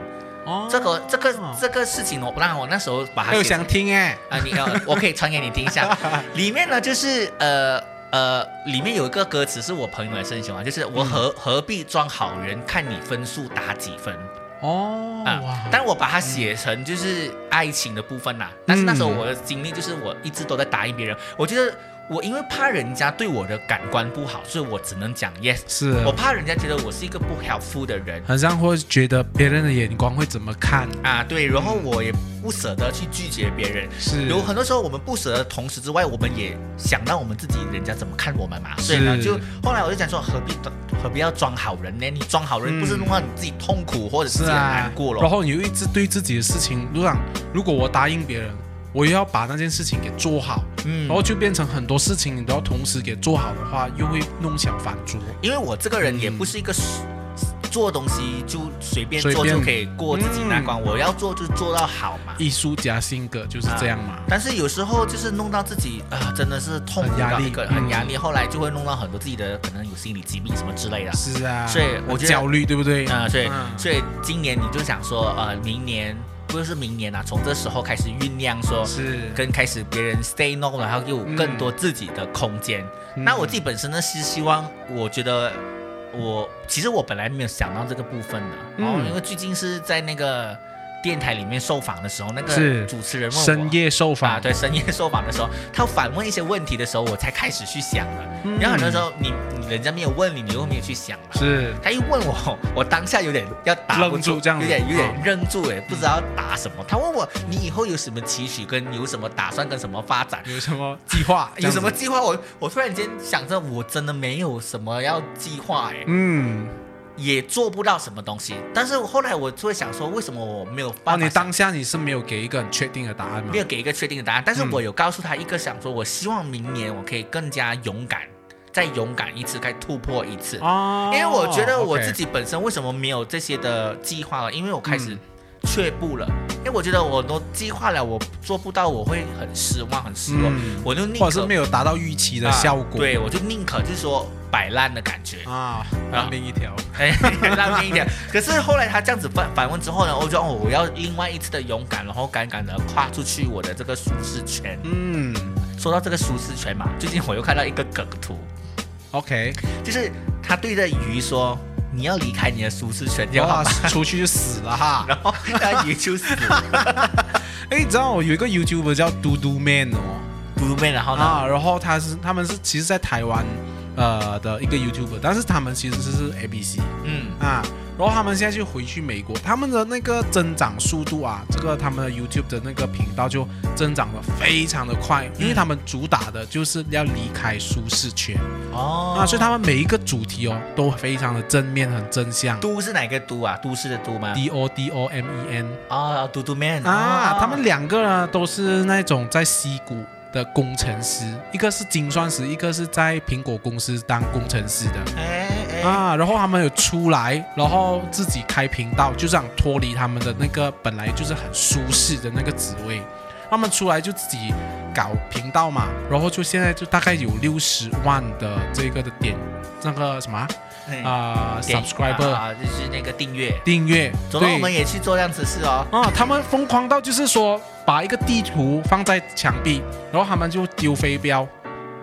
[SPEAKER 2] 哦
[SPEAKER 1] 这个这个这个事情，我那我那时候把它
[SPEAKER 2] 还有
[SPEAKER 1] 写成
[SPEAKER 2] 想听哎，
[SPEAKER 1] 啊，你要我可以传给你听一下。里面呢，就是呃呃，里面有一个歌词是我朋友也是很喜欢，就是我何、何必装好人，看你分数打几分
[SPEAKER 2] 哦
[SPEAKER 1] 啊。但我把它写成就是爱情的部分啦、但是那时候我的经历就是我一直都在答应别人，我觉得我因为怕人家对我的感官不好，所以我只能讲 yes。
[SPEAKER 2] 是
[SPEAKER 1] 我怕人家觉得我是一个不 helpful 的人，
[SPEAKER 2] 很像会觉得别人的眼光会怎么看，
[SPEAKER 1] 啊，对，然后我也不舍得去拒绝别人。
[SPEAKER 2] 是
[SPEAKER 1] 有很多时候我们不舍得，同时之外，我们也想让我们自己人家怎么看我们嘛。所以呢，
[SPEAKER 2] 是
[SPEAKER 1] 就后来我就讲说，何必何必要装好人呢？你装好人
[SPEAKER 2] 嗯
[SPEAKER 1] 不是弄到你自己痛苦或者是自
[SPEAKER 2] 是
[SPEAKER 1] 己很
[SPEAKER 2] 啊
[SPEAKER 1] 难过，
[SPEAKER 2] 然
[SPEAKER 1] 了？
[SPEAKER 2] 后你又一直对自己的事情，如果如果我答应别人，我又要把那件事情给做好，
[SPEAKER 1] 嗯
[SPEAKER 2] 然，后就变成很多事情你
[SPEAKER 1] 嗯
[SPEAKER 2] 都要同时给做好的话，又会弄巧反拙，嗯
[SPEAKER 1] 因为我这个人也不是一个。做东西就随便
[SPEAKER 2] 随
[SPEAKER 1] 做
[SPEAKER 2] 便嗯
[SPEAKER 1] 就可以过自己那关，我要做就做到好嘛。
[SPEAKER 2] 艺术家性格就是这样嘛。
[SPEAKER 1] 但是有时候就是弄到自己啊、真的是痛苦
[SPEAKER 2] 很压
[SPEAKER 1] 到
[SPEAKER 2] 力嗯
[SPEAKER 1] 一个很压力，后来就会弄到很多自己的可能有心理疾病什么之类的。
[SPEAKER 2] 是啊，
[SPEAKER 1] 所以我觉得
[SPEAKER 2] 焦虑，对不对？
[SPEAKER 1] 啊、所以、
[SPEAKER 2] 嗯
[SPEAKER 1] 所以今年你就想说，呃，明年不是明年啊，从这时候开始酝酿说，
[SPEAKER 2] 是
[SPEAKER 1] 跟开始别人 stay no，然后又有更多自己的空间。
[SPEAKER 2] 嗯
[SPEAKER 1] 那我自己本身呢是希望，我觉得我其实我本来没有想到这个部分的，
[SPEAKER 2] 嗯
[SPEAKER 1] 然后因为最近是在那个电台里面受访的时候，那
[SPEAKER 2] 是
[SPEAKER 1] 个主持人问我
[SPEAKER 2] 深夜受
[SPEAKER 1] 啊，
[SPEAKER 2] 访，
[SPEAKER 1] 对深夜受访的时候，他反问一些问题的时候，我才开始去想的。
[SPEAKER 2] 嗯
[SPEAKER 1] 然后很多时候你你人家没有问你，你又没有去想嘛。
[SPEAKER 2] 是
[SPEAKER 1] 他一问我， [LAUGHS] 我当下有点要打不
[SPEAKER 2] 愣住这样子嗯
[SPEAKER 1] 有点有点愣住哎，不知道答什么。他问我你以后有什么期许，跟有什么打算，跟什么发展，
[SPEAKER 2] 有什么计划？
[SPEAKER 1] [LAUGHS] 有什么
[SPEAKER 2] 这样子？
[SPEAKER 1] 计划？我我突然间想着，我真的没有什么要计划哎，
[SPEAKER 2] 嗯，
[SPEAKER 1] 也做不到什么东西。但是我后来我就会想说，为什么我没有
[SPEAKER 2] 哦，
[SPEAKER 1] 办法
[SPEAKER 2] 你
[SPEAKER 1] 想？
[SPEAKER 2] 当下你是没有给一个很确定的答案吗
[SPEAKER 1] 没？有给一个确定的答案，但是
[SPEAKER 2] 嗯
[SPEAKER 1] 我有告诉他一个，想说我希望明年我可以更加勇敢，再勇敢一次，再突破一次。
[SPEAKER 2] 哦，
[SPEAKER 1] 因为我觉得我自
[SPEAKER 2] OK，
[SPEAKER 1] 己本身为什么没有这些的计划了，因为我开始
[SPEAKER 2] 嗯
[SPEAKER 1] 却步了，因为我觉得我都计划了，我做不到，我会很失望，很失落，
[SPEAKER 2] 嗯
[SPEAKER 1] 我就宁
[SPEAKER 2] 或者是
[SPEAKER 1] 可
[SPEAKER 2] 没有达到预期的
[SPEAKER 1] 啊
[SPEAKER 2] 效果，
[SPEAKER 1] 对我就宁可就是说摆烂的感觉， [LAUGHS]
[SPEAKER 2] 啊，
[SPEAKER 1] 啊
[SPEAKER 2] 烂命一条，
[SPEAKER 1] 哎，浪费一点。可是后来他这样子反反问之后呢，我就哦，我要另外一次的勇敢，然后敢敢的跨出去我的这个舒适圈。
[SPEAKER 2] 嗯
[SPEAKER 1] 说到这个舒适圈嘛，最近我又看到一个梗图，
[SPEAKER 2] ，OK，
[SPEAKER 1] 就是他对着鱼说：“你要离开你的舒适圈，要
[SPEAKER 2] 哇
[SPEAKER 1] 好吧，
[SPEAKER 2] 出去就死了哈。
[SPEAKER 1] [LAUGHS] 然后那鱼就死了，
[SPEAKER 2] 哎，你知道我有一个 YouTuber 叫嘟嘟 Man 哦，
[SPEAKER 1] 不妹，然后呢？
[SPEAKER 2] 啊，然后他是他们是其实，在台湾呃的一个 YouTuber，但是他们其实是 ABC
[SPEAKER 1] 嗯，
[SPEAKER 2] 啊，然后他们现在就回去美国，他们的那个增长速度啊，这个他们的 YouTube 的那个频道就增长的非常的快，因为他们主打的就是要离开舒适圈、
[SPEAKER 1] 哦，
[SPEAKER 2] 啊，所以他们每一个主题哦都非常的正面，很正向。
[SPEAKER 1] 都是哪个都啊？都市的都吗？
[SPEAKER 2] D O D O M E N
[SPEAKER 1] 哦，嘟嘟妹
[SPEAKER 2] 嗯
[SPEAKER 1] 哦
[SPEAKER 2] 啊，他们两个呢都是那种在溪谷的工程师，一个是精算师，一个是在苹果公司当工程师的。
[SPEAKER 1] 哎哎，
[SPEAKER 2] 啊，然后他们有出来，然后自己开频道，就这样脱离他们的那个本来就是很舒适的那个职位。他们出来就自己搞频道嘛，然后就现在就大概有六十万的这个的点，那个什么啊、
[SPEAKER 1] 哎
[SPEAKER 2] 呃
[SPEAKER 1] 点
[SPEAKER 2] subscriber、
[SPEAKER 1] 啊，就是那个订阅。
[SPEAKER 2] 订阅，
[SPEAKER 1] 走了，
[SPEAKER 2] 对
[SPEAKER 1] 我们也去做这样子事哦。
[SPEAKER 2] 啊，他们疯狂到就是说，把一个地图放在墙壁，然后他们就丢飞镖，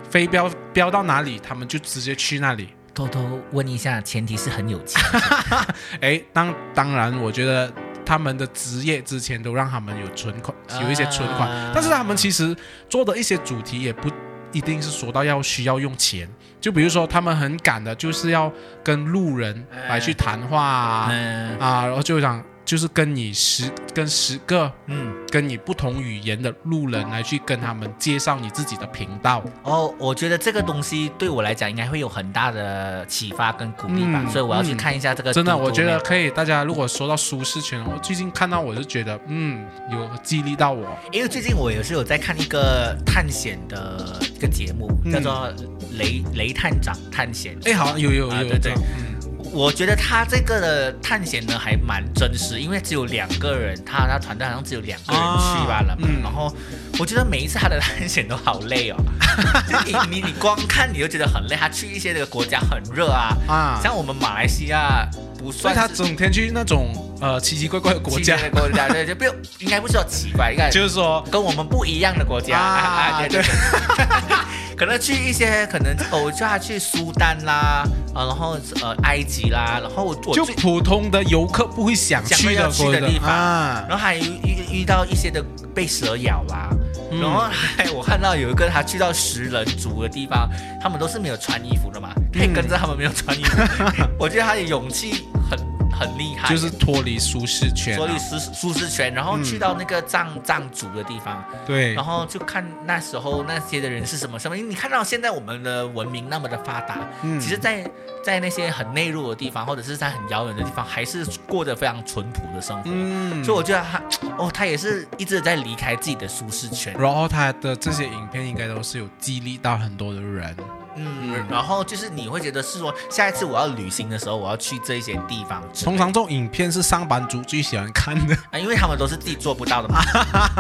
[SPEAKER 2] 飞镖标到哪里，他们就直接去那里。
[SPEAKER 1] 偷偷问一下，前提是很有 [LAUGHS] 钱。
[SPEAKER 2] 哎，当当然，我觉得他们的职业之前都让他们有存款，有一些存款，
[SPEAKER 1] 啊
[SPEAKER 2] 但是他们其实做的一些主题也不一定是说到要需要用钱，就比如说他们很赶的，就是要跟路人来去谈话啊，
[SPEAKER 1] 嗯
[SPEAKER 2] 啊然后就想就是跟你十跟十个
[SPEAKER 1] 嗯，
[SPEAKER 2] 跟你不同语言的路人来去跟他们介绍你自己的频道，
[SPEAKER 1] 哦，我觉得这个东西对我来讲应该会有很大的启发跟鼓励吧，
[SPEAKER 2] 嗯
[SPEAKER 1] 所以我要去
[SPEAKER 2] 嗯
[SPEAKER 1] 看一下这个嘟嘟
[SPEAKER 2] 真
[SPEAKER 1] 妹。
[SPEAKER 2] 的，我觉得可以。大家如果说到舒适圈，我最近看到我就觉得，嗯，有激励到我。
[SPEAKER 1] 因为最近我也是有在看一个探险的一个节目，
[SPEAKER 2] 嗯
[SPEAKER 1] 叫做《雷雷探长探险》。
[SPEAKER 2] 哎，好，有有有，
[SPEAKER 1] 啊对对
[SPEAKER 2] 嗯
[SPEAKER 1] 我觉得他这个的探险呢还蛮真实，因为只有两个人，他他团队好像只有两个人去罢了嘛。
[SPEAKER 2] 啊嗯
[SPEAKER 1] 然后我觉得每一次他的探险都好累
[SPEAKER 2] [LAUGHS]
[SPEAKER 1] 哦，就你你你光看你就觉得很累。他去一些这个国家很热啊，
[SPEAKER 2] 啊，
[SPEAKER 1] 像我们马来西亚不
[SPEAKER 2] 所
[SPEAKER 1] 算
[SPEAKER 2] 以
[SPEAKER 1] 是
[SPEAKER 2] 他整天去那种呃奇奇怪怪的国家
[SPEAKER 1] [LAUGHS] 奇，怪的国家对，就不用应该不是说奇怪，应该
[SPEAKER 2] 就是说
[SPEAKER 1] 跟我们不一样的国家
[SPEAKER 2] 啊
[SPEAKER 1] 啊对对对， [LAUGHS] 可能去一些可能哦，我叫他去苏丹啦，啊，然后呃埃及啦，然后我我
[SPEAKER 2] 就
[SPEAKER 1] 最
[SPEAKER 2] 普通的游客不会想
[SPEAKER 1] 想
[SPEAKER 2] 去
[SPEAKER 1] 要
[SPEAKER 2] 的
[SPEAKER 1] 去的
[SPEAKER 2] 国
[SPEAKER 1] 地
[SPEAKER 2] 家
[SPEAKER 1] 方
[SPEAKER 2] 啊
[SPEAKER 1] 然。后还遇遇遇到一些的被蛇咬啦，
[SPEAKER 2] 嗯
[SPEAKER 1] 然后还我看到有一个他去到食人族的地方，他们都是没有穿衣服的
[SPEAKER 2] 嗯
[SPEAKER 1] 嘛，他也跟着他们没有穿
[SPEAKER 2] [LAUGHS]
[SPEAKER 1] 衣服，我觉得他的勇气很很厉害，
[SPEAKER 2] 就是嗯脱离舒适圈啊、
[SPEAKER 1] 所以舒舒适圈，然后去到那个藏藏族的地方，
[SPEAKER 2] 对
[SPEAKER 1] 然，后就看那时候那些的人是什么什么。因为你看到现在我们的文明那么的发达，
[SPEAKER 2] 嗯
[SPEAKER 1] 其实在，在那些很内陆的地方，或者是在很遥远的地方，还是过得非常淳朴的生活。
[SPEAKER 2] 嗯，
[SPEAKER 1] 所以我觉得他，哦，他也是一直在离开自己的舒适圈。
[SPEAKER 2] 然后他的这些影片应该都是有激励到很多的人，
[SPEAKER 1] 嗯，然后就是你会觉得是说，下一次我要旅行的时候，我要去这些地方之类的
[SPEAKER 2] 通常这种影片是上班族最喜欢看
[SPEAKER 1] [LAUGHS]
[SPEAKER 2] 的。
[SPEAKER 1] 啊，因为他们都是自己做不到
[SPEAKER 2] [LAUGHS]
[SPEAKER 1] 的嘛。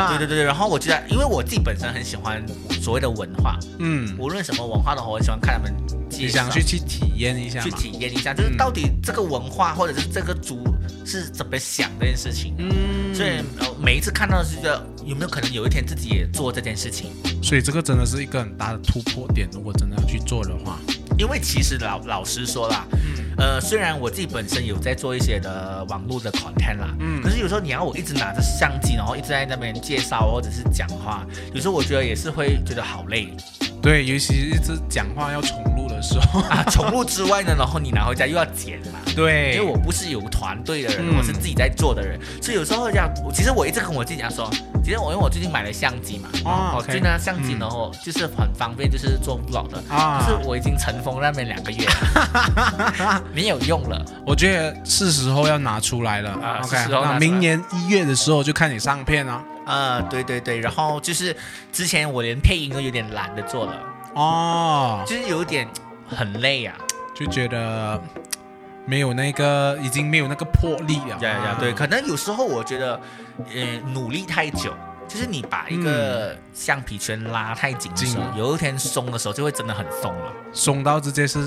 [SPEAKER 1] 对对对对，然后我觉得，因为我自己本身很喜欢所谓的文化，
[SPEAKER 2] 嗯，
[SPEAKER 1] 无论什么文化的话，我很喜欢看他们介
[SPEAKER 2] 你
[SPEAKER 1] 绍
[SPEAKER 2] 想去去体验一下
[SPEAKER 1] 去
[SPEAKER 2] 嘛？
[SPEAKER 1] 体验一下，嗯就是到底这个文化或者是这个族是怎么想这件事情。
[SPEAKER 2] 嗯，
[SPEAKER 1] 所以呃每一次看到的是觉得有没有可能有一天自己也做这件事情？
[SPEAKER 2] 所以这个真的是一个很大的突破点。如果真的要去做的话，
[SPEAKER 1] 因为其实老老实说啦，
[SPEAKER 2] 嗯
[SPEAKER 1] 呃，虽然我自己本身有在做一些的网络的 content 啦，
[SPEAKER 2] 嗯
[SPEAKER 1] 可是有时候你要我一直拿着相机，然后一直在那边介绍或者是讲话，有时候我觉得也是会觉得好累
[SPEAKER 2] 对，尤其是讲话要重录的时
[SPEAKER 1] [LAUGHS]
[SPEAKER 2] 候，
[SPEAKER 1] 啊。重录之外呢，然后你拿回家又要剪嘛。
[SPEAKER 2] 对
[SPEAKER 1] 因为我不是有团队的人，
[SPEAKER 2] 嗯
[SPEAKER 1] 我是自己在做的人，所以有时候这样，我其实我一直跟我自己讲说，其实我因为我最近买了相机嘛，
[SPEAKER 2] 啊
[SPEAKER 1] 哦，
[SPEAKER 2] ，OK
[SPEAKER 1] 最近那相机
[SPEAKER 2] 嗯
[SPEAKER 1] 然后就是很方便，就是做 vlog 的，
[SPEAKER 2] 啊，
[SPEAKER 1] 可是我已经尘封那边两个月了， [LAUGHS] 没有用了。
[SPEAKER 2] 我觉得是时候要拿出来了。
[SPEAKER 1] 啊
[SPEAKER 2] OK，
[SPEAKER 1] 是时候拿出来
[SPEAKER 2] 那明年一月的时候就看你上片啊。
[SPEAKER 1] 啊、对对对，然后就是之前我连配音都有点懒得做了，
[SPEAKER 2] 哦，
[SPEAKER 1] 就是有点很累啊。
[SPEAKER 2] 就觉得没有那个，已经没有那个魄力了。啊
[SPEAKER 1] 对对对，可能有时候我觉得，呃，努力太久，就是你把一个橡皮圈拉太紧的时候，
[SPEAKER 2] 嗯紧
[SPEAKER 1] 有一天松的时候就会真的很松
[SPEAKER 2] [LAUGHS]
[SPEAKER 1] 了，
[SPEAKER 2] 松到直接是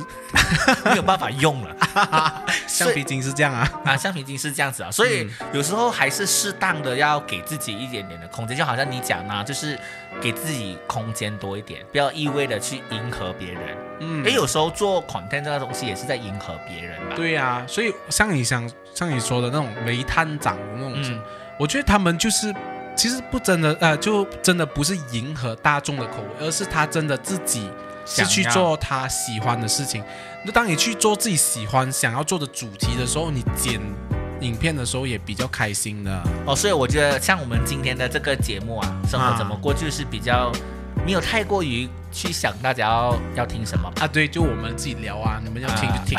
[SPEAKER 1] 没有办法用了。
[SPEAKER 2] [LAUGHS] 橡皮嗯筋是这样啊。
[SPEAKER 1] 啊，橡皮筋是这样子啊，所以有时候还是适当的要给自己一点点的空间，就好像你讲啊，就是给自己空间多一点，不要一味的去迎合别人。
[SPEAKER 2] 嗯
[SPEAKER 1] 因为有时候做 content 这个东西也是在迎合别人吧。
[SPEAKER 2] 对呀、所以像你想，像你说的那种煤炭长的那种，
[SPEAKER 1] 嗯，
[SPEAKER 2] 我觉得他们就是其实不真的，呃，就真的不是迎合大众的口味，而是他真的自己是
[SPEAKER 1] 想
[SPEAKER 2] 去
[SPEAKER 1] 要
[SPEAKER 2] 做他喜欢的事情。那当你去做自己喜欢、想要做的主题的时候，你剪影片的时候也比较开心的。
[SPEAKER 1] 哦，所以我觉得像我们今天的这个节目啊，生活怎么过就是比较没有太过于去想大家要要听什么吧，
[SPEAKER 2] 啊，对，就我们自己聊啊，你们要听就听。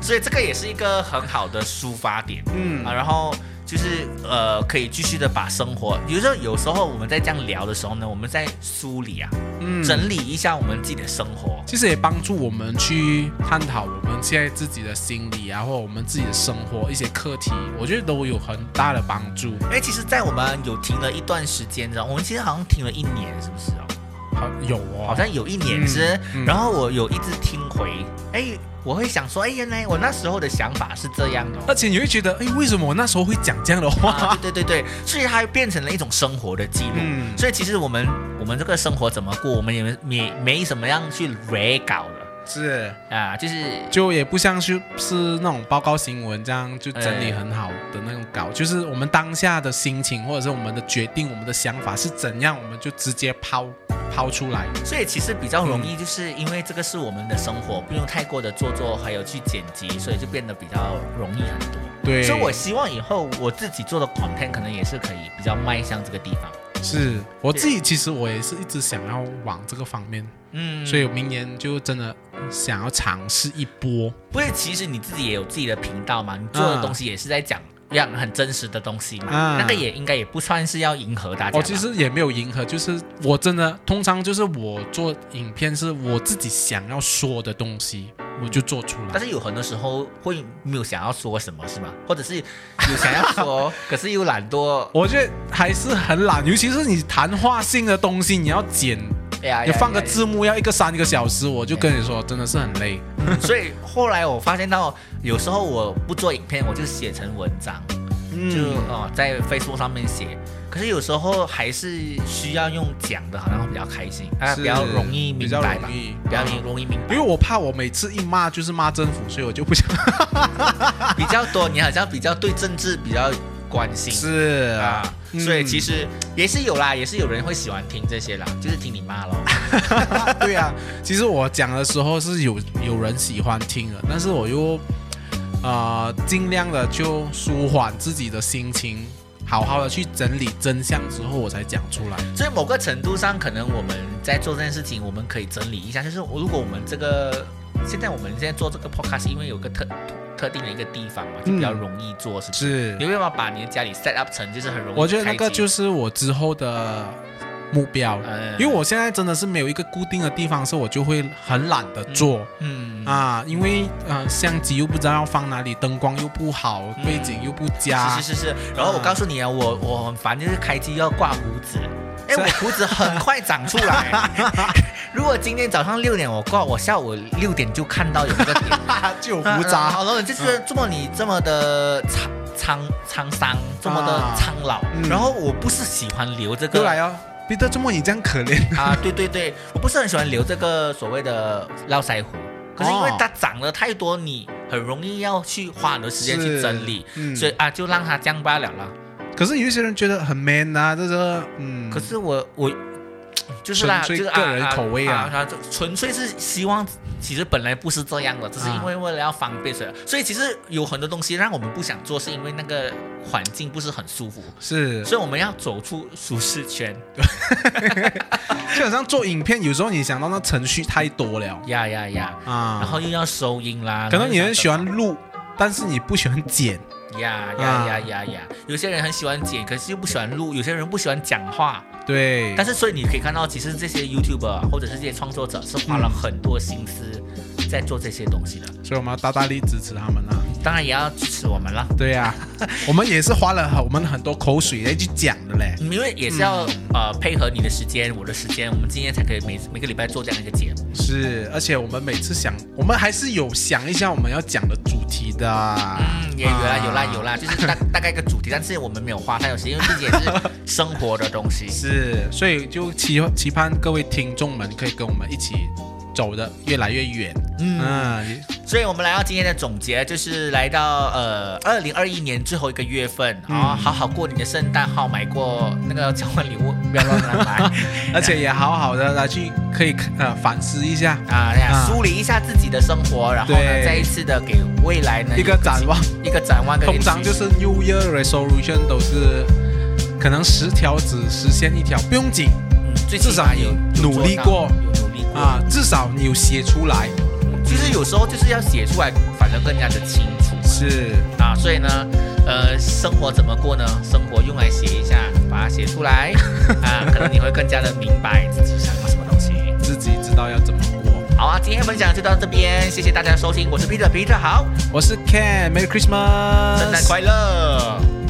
[SPEAKER 1] 所以这个也是一个很好的抒发点。
[SPEAKER 2] 嗯
[SPEAKER 1] 啊，然后就是呃，可以继续的把生活，比如说有时候我们在这样聊的时候呢，我们在梳理啊，
[SPEAKER 2] 嗯
[SPEAKER 1] 整理一下我们自己的生活。
[SPEAKER 2] 其实也帮助我们去探讨我们现在自己的心理啊，或者我们自己的生活一些课题，我觉得都有很大的帮助。
[SPEAKER 1] 因为其实，在我们有停了一段时间的，我们其实好像停了一年，是不是哦？
[SPEAKER 2] 好有哦，
[SPEAKER 1] 好像有一年
[SPEAKER 2] 嗯
[SPEAKER 1] 是，
[SPEAKER 2] 嗯
[SPEAKER 1] 然后我有一直听回，哎，我会想说，哎，原来我那时候的想法是这样的哦、
[SPEAKER 2] 而且你会觉得，哎，为什么我那时候会讲这样的话？
[SPEAKER 1] [LAUGHS] 啊，对对对对，所以它变成了一种生活的记录。
[SPEAKER 2] 嗯
[SPEAKER 1] 所以其实我们我们这个生活怎么过，我们也没没没什么样去 re 搞
[SPEAKER 2] 是，
[SPEAKER 1] 的啊，就是
[SPEAKER 2] 就也不像是是那种报告新闻这样就整理很好的那种稿，就是我们当下的心情或者是我们的决定、我们的想法是怎样，我们就直接抛抛出来。
[SPEAKER 1] 所以其实比较容
[SPEAKER 2] 嗯
[SPEAKER 1] 易，就是因为这个是我们的生活，不用太过的做作，还有去剪辑，所以就变得比较容易很多。
[SPEAKER 2] 对，
[SPEAKER 1] 所以我希望以后我自己做的 content 可能也是可以比较迈向这个地方。
[SPEAKER 2] 是我
[SPEAKER 1] 对
[SPEAKER 2] 自己，其实我也是一直想要往这个方面，
[SPEAKER 1] 嗯，
[SPEAKER 2] 所以我明年就真的想要尝试一波。
[SPEAKER 1] 不是，其实你自己也有自己的频道嘛，你做的东西也是在讲一样很真实的东西嘛，
[SPEAKER 2] 嗯
[SPEAKER 1] 那个也应该也不算是要迎合大家吧。
[SPEAKER 2] 我哦其实也没有迎合，就是我真的通常就是我做影片是我自己想要说的东西，我就做出
[SPEAKER 1] 但
[SPEAKER 2] 来。
[SPEAKER 1] 是有很多时候会没有想要说什么，是吗？或者是有想要
[SPEAKER 2] [LAUGHS]
[SPEAKER 1] 说，可是又懒惰，
[SPEAKER 2] 我觉得还是很懒，尤其是你谈话性的东西，你要剪，
[SPEAKER 1] 哎呀，
[SPEAKER 2] 你放个
[SPEAKER 1] 字。
[SPEAKER 2] 字幕要一个三个小时，我就跟你说，真的是很累。
[SPEAKER 1] 所以后来我发现到，有时候我不做影片，我就写成文章，
[SPEAKER 2] 嗯
[SPEAKER 1] 就哦在 Facebook 上面写。可是有时候还是需要用讲的，好像会比较开心啊，
[SPEAKER 2] 是
[SPEAKER 1] 比较容易
[SPEAKER 2] 比
[SPEAKER 1] 明
[SPEAKER 2] 较
[SPEAKER 1] 白
[SPEAKER 2] 容
[SPEAKER 1] 吧，
[SPEAKER 2] 易，嗯
[SPEAKER 1] 比较容易明
[SPEAKER 2] 因为我怕我每次一骂就是骂政府，所以我就不想
[SPEAKER 1] 白，比较多。你好像比较对政治比较关心
[SPEAKER 2] 是嗯
[SPEAKER 1] 啊，所以其
[SPEAKER 2] 实。
[SPEAKER 1] 实也是有啦，也是有人会喜欢听这些啦，就是听你骂咯。 [LAUGHS]
[SPEAKER 2] [LAUGHS] 对啊，其实我讲的时候是有有人喜欢听的，但是我又呃尽量的就舒缓自己的心情，好好的去整理真相之后，我才讲出来。
[SPEAKER 1] 所以某个程度上，可能我们在做这件事情，我们可以整理一下，就是如果我们这个现在我们现在做这个 podcast，因为有个特特定的一个地方嘛，就比较容易做，是不是？
[SPEAKER 2] 是
[SPEAKER 1] 你，有没有办法把你的家里 set up 成就是很容易？
[SPEAKER 2] 我觉得那个就是我之后的目标，
[SPEAKER 1] 哎
[SPEAKER 2] 因为我现在真的是没有一个固定的地方，是我就会很懒得做。
[SPEAKER 1] 嗯
[SPEAKER 2] 啊，因为呃，相机又不知道要放哪里，灯光又不好，背景又不佳
[SPEAKER 1] 嗯哦是，是是是。然后我告诉你啊，我我很烦，就是开机要挂胡子。哎，
[SPEAKER 2] 嗯是
[SPEAKER 1] 我胡子很快长出来。
[SPEAKER 2] [LAUGHS]
[SPEAKER 1] 如果今天早上六点我挂，我下午六点就看到有那个点
[SPEAKER 2] 就有
[SPEAKER 1] 啊
[SPEAKER 2] [LAUGHS] 胡
[SPEAKER 1] 啊
[SPEAKER 2] 渣。
[SPEAKER 1] 好了，就是这么你这么的沧沧沧桑，这么的
[SPEAKER 2] 啊
[SPEAKER 1] 苍老。
[SPEAKER 2] 嗯
[SPEAKER 1] 然后我不是喜欢留这
[SPEAKER 2] 又
[SPEAKER 1] 个
[SPEAKER 2] 来哦，彼得，怎么你这样可怜？
[SPEAKER 1] 啊，对对对，我不是很喜欢留这个所谓的络腮胡，可是因为它长了太多，你很容易要去花很多时间去
[SPEAKER 2] 是
[SPEAKER 1] 整理，
[SPEAKER 2] 嗯
[SPEAKER 1] 所以啊，就让它降罢了啦。
[SPEAKER 2] 可是有一些人觉得很 man 啊，这是嗯，
[SPEAKER 1] 可是我我。就是啦，就
[SPEAKER 2] 纯粹
[SPEAKER 1] 是
[SPEAKER 2] 个人口味啊
[SPEAKER 1] 啊，啊就纯粹是希望，其实本来不是这样的，只是
[SPEAKER 2] 啊
[SPEAKER 1] 因为为了要方便，所以所以其实有很多东西让我们不想做，是因为那个环境不是很舒服，
[SPEAKER 2] 是
[SPEAKER 1] 所以我们要走出舒适圈。
[SPEAKER 2] 基本上做影片，有时候你想到那程序太多了
[SPEAKER 1] 呀呀呀！
[SPEAKER 2] 啊，
[SPEAKER 1] 然后又要收音啦，
[SPEAKER 2] 可能你
[SPEAKER 1] 然后又
[SPEAKER 2] 很喜欢录，但是你不喜欢剪，
[SPEAKER 1] 呀呀
[SPEAKER 2] 啊
[SPEAKER 1] 呀呀呀！有些人很喜欢剪，可是又不喜欢录；有些人不喜欢讲话。
[SPEAKER 2] 对，
[SPEAKER 1] 但是，所以你可以看到，其实这些 YouTuber 啊或者是这些创作者是花了
[SPEAKER 2] 嗯
[SPEAKER 1] 很多心思在做这些东西的。
[SPEAKER 2] 所以我们要大大力支持他们啊。
[SPEAKER 1] 当然，也要支持我们啦，
[SPEAKER 2] 对呀、 [LAUGHS] 我们也是花了很我们很多口水来去讲的嘞。
[SPEAKER 1] 因为也是要、呃配合你的时间，我的时间，我们今天才可以每每个礼拜做这样一个节目。
[SPEAKER 2] 是，而且我们每次想，我们还是有想一下我们要讲的主题的。
[SPEAKER 1] 嗯，也有啦
[SPEAKER 2] 啊
[SPEAKER 1] 有啦有啦，就是大 [LAUGHS] 大概一个主题，但是我们没有花太多时间，因为毕竟也是生活的东西。
[SPEAKER 2] 是，所以就期期盼各位听众们可以跟我们一起走的越来越远。
[SPEAKER 1] [LAUGHS] 嗯
[SPEAKER 2] 嗯，
[SPEAKER 1] 所以我们来到今天的总结，就是来到呃二零二一年最后一个月份，啊、好好过你的圣诞，好好买过那个交换礼物，不要乱乱 [LAUGHS] 买
[SPEAKER 2] 而且也好好的来去可以呃反思一下
[SPEAKER 1] 啊！哎呀
[SPEAKER 2] 啊
[SPEAKER 1] 梳理一下自己的生活，然后呢，
[SPEAKER 2] 对
[SPEAKER 1] 再一次的给未来呢
[SPEAKER 2] 一个展望。
[SPEAKER 1] 一个展望跟
[SPEAKER 2] 通常就是 New Year resolution 都是可能十条只实现一条，不用紧
[SPEAKER 1] 嗯最起
[SPEAKER 2] 至
[SPEAKER 1] 码
[SPEAKER 2] 少
[SPEAKER 1] 有有
[SPEAKER 2] 你努
[SPEAKER 1] 做
[SPEAKER 2] 力
[SPEAKER 1] 到
[SPEAKER 2] 过
[SPEAKER 1] 有努力过
[SPEAKER 2] 啊，至少你有写出来。
[SPEAKER 1] 其实有时候就是要写出来，反而更加的清楚
[SPEAKER 2] 是，
[SPEAKER 1] 啊。所以呢，呃，生活怎么过呢？生活用来写一下，把它写出 [LAUGHS] 来啊，可能你会更加的明白自己想要什么东西。
[SPEAKER 2] 自己知道要怎么过。
[SPEAKER 1] 好啊，今天分享就到这边，谢谢大家的收听，我是 Peter Peter，好，
[SPEAKER 2] 我是 Ken，Merry Christmas，
[SPEAKER 1] 圣诞快乐。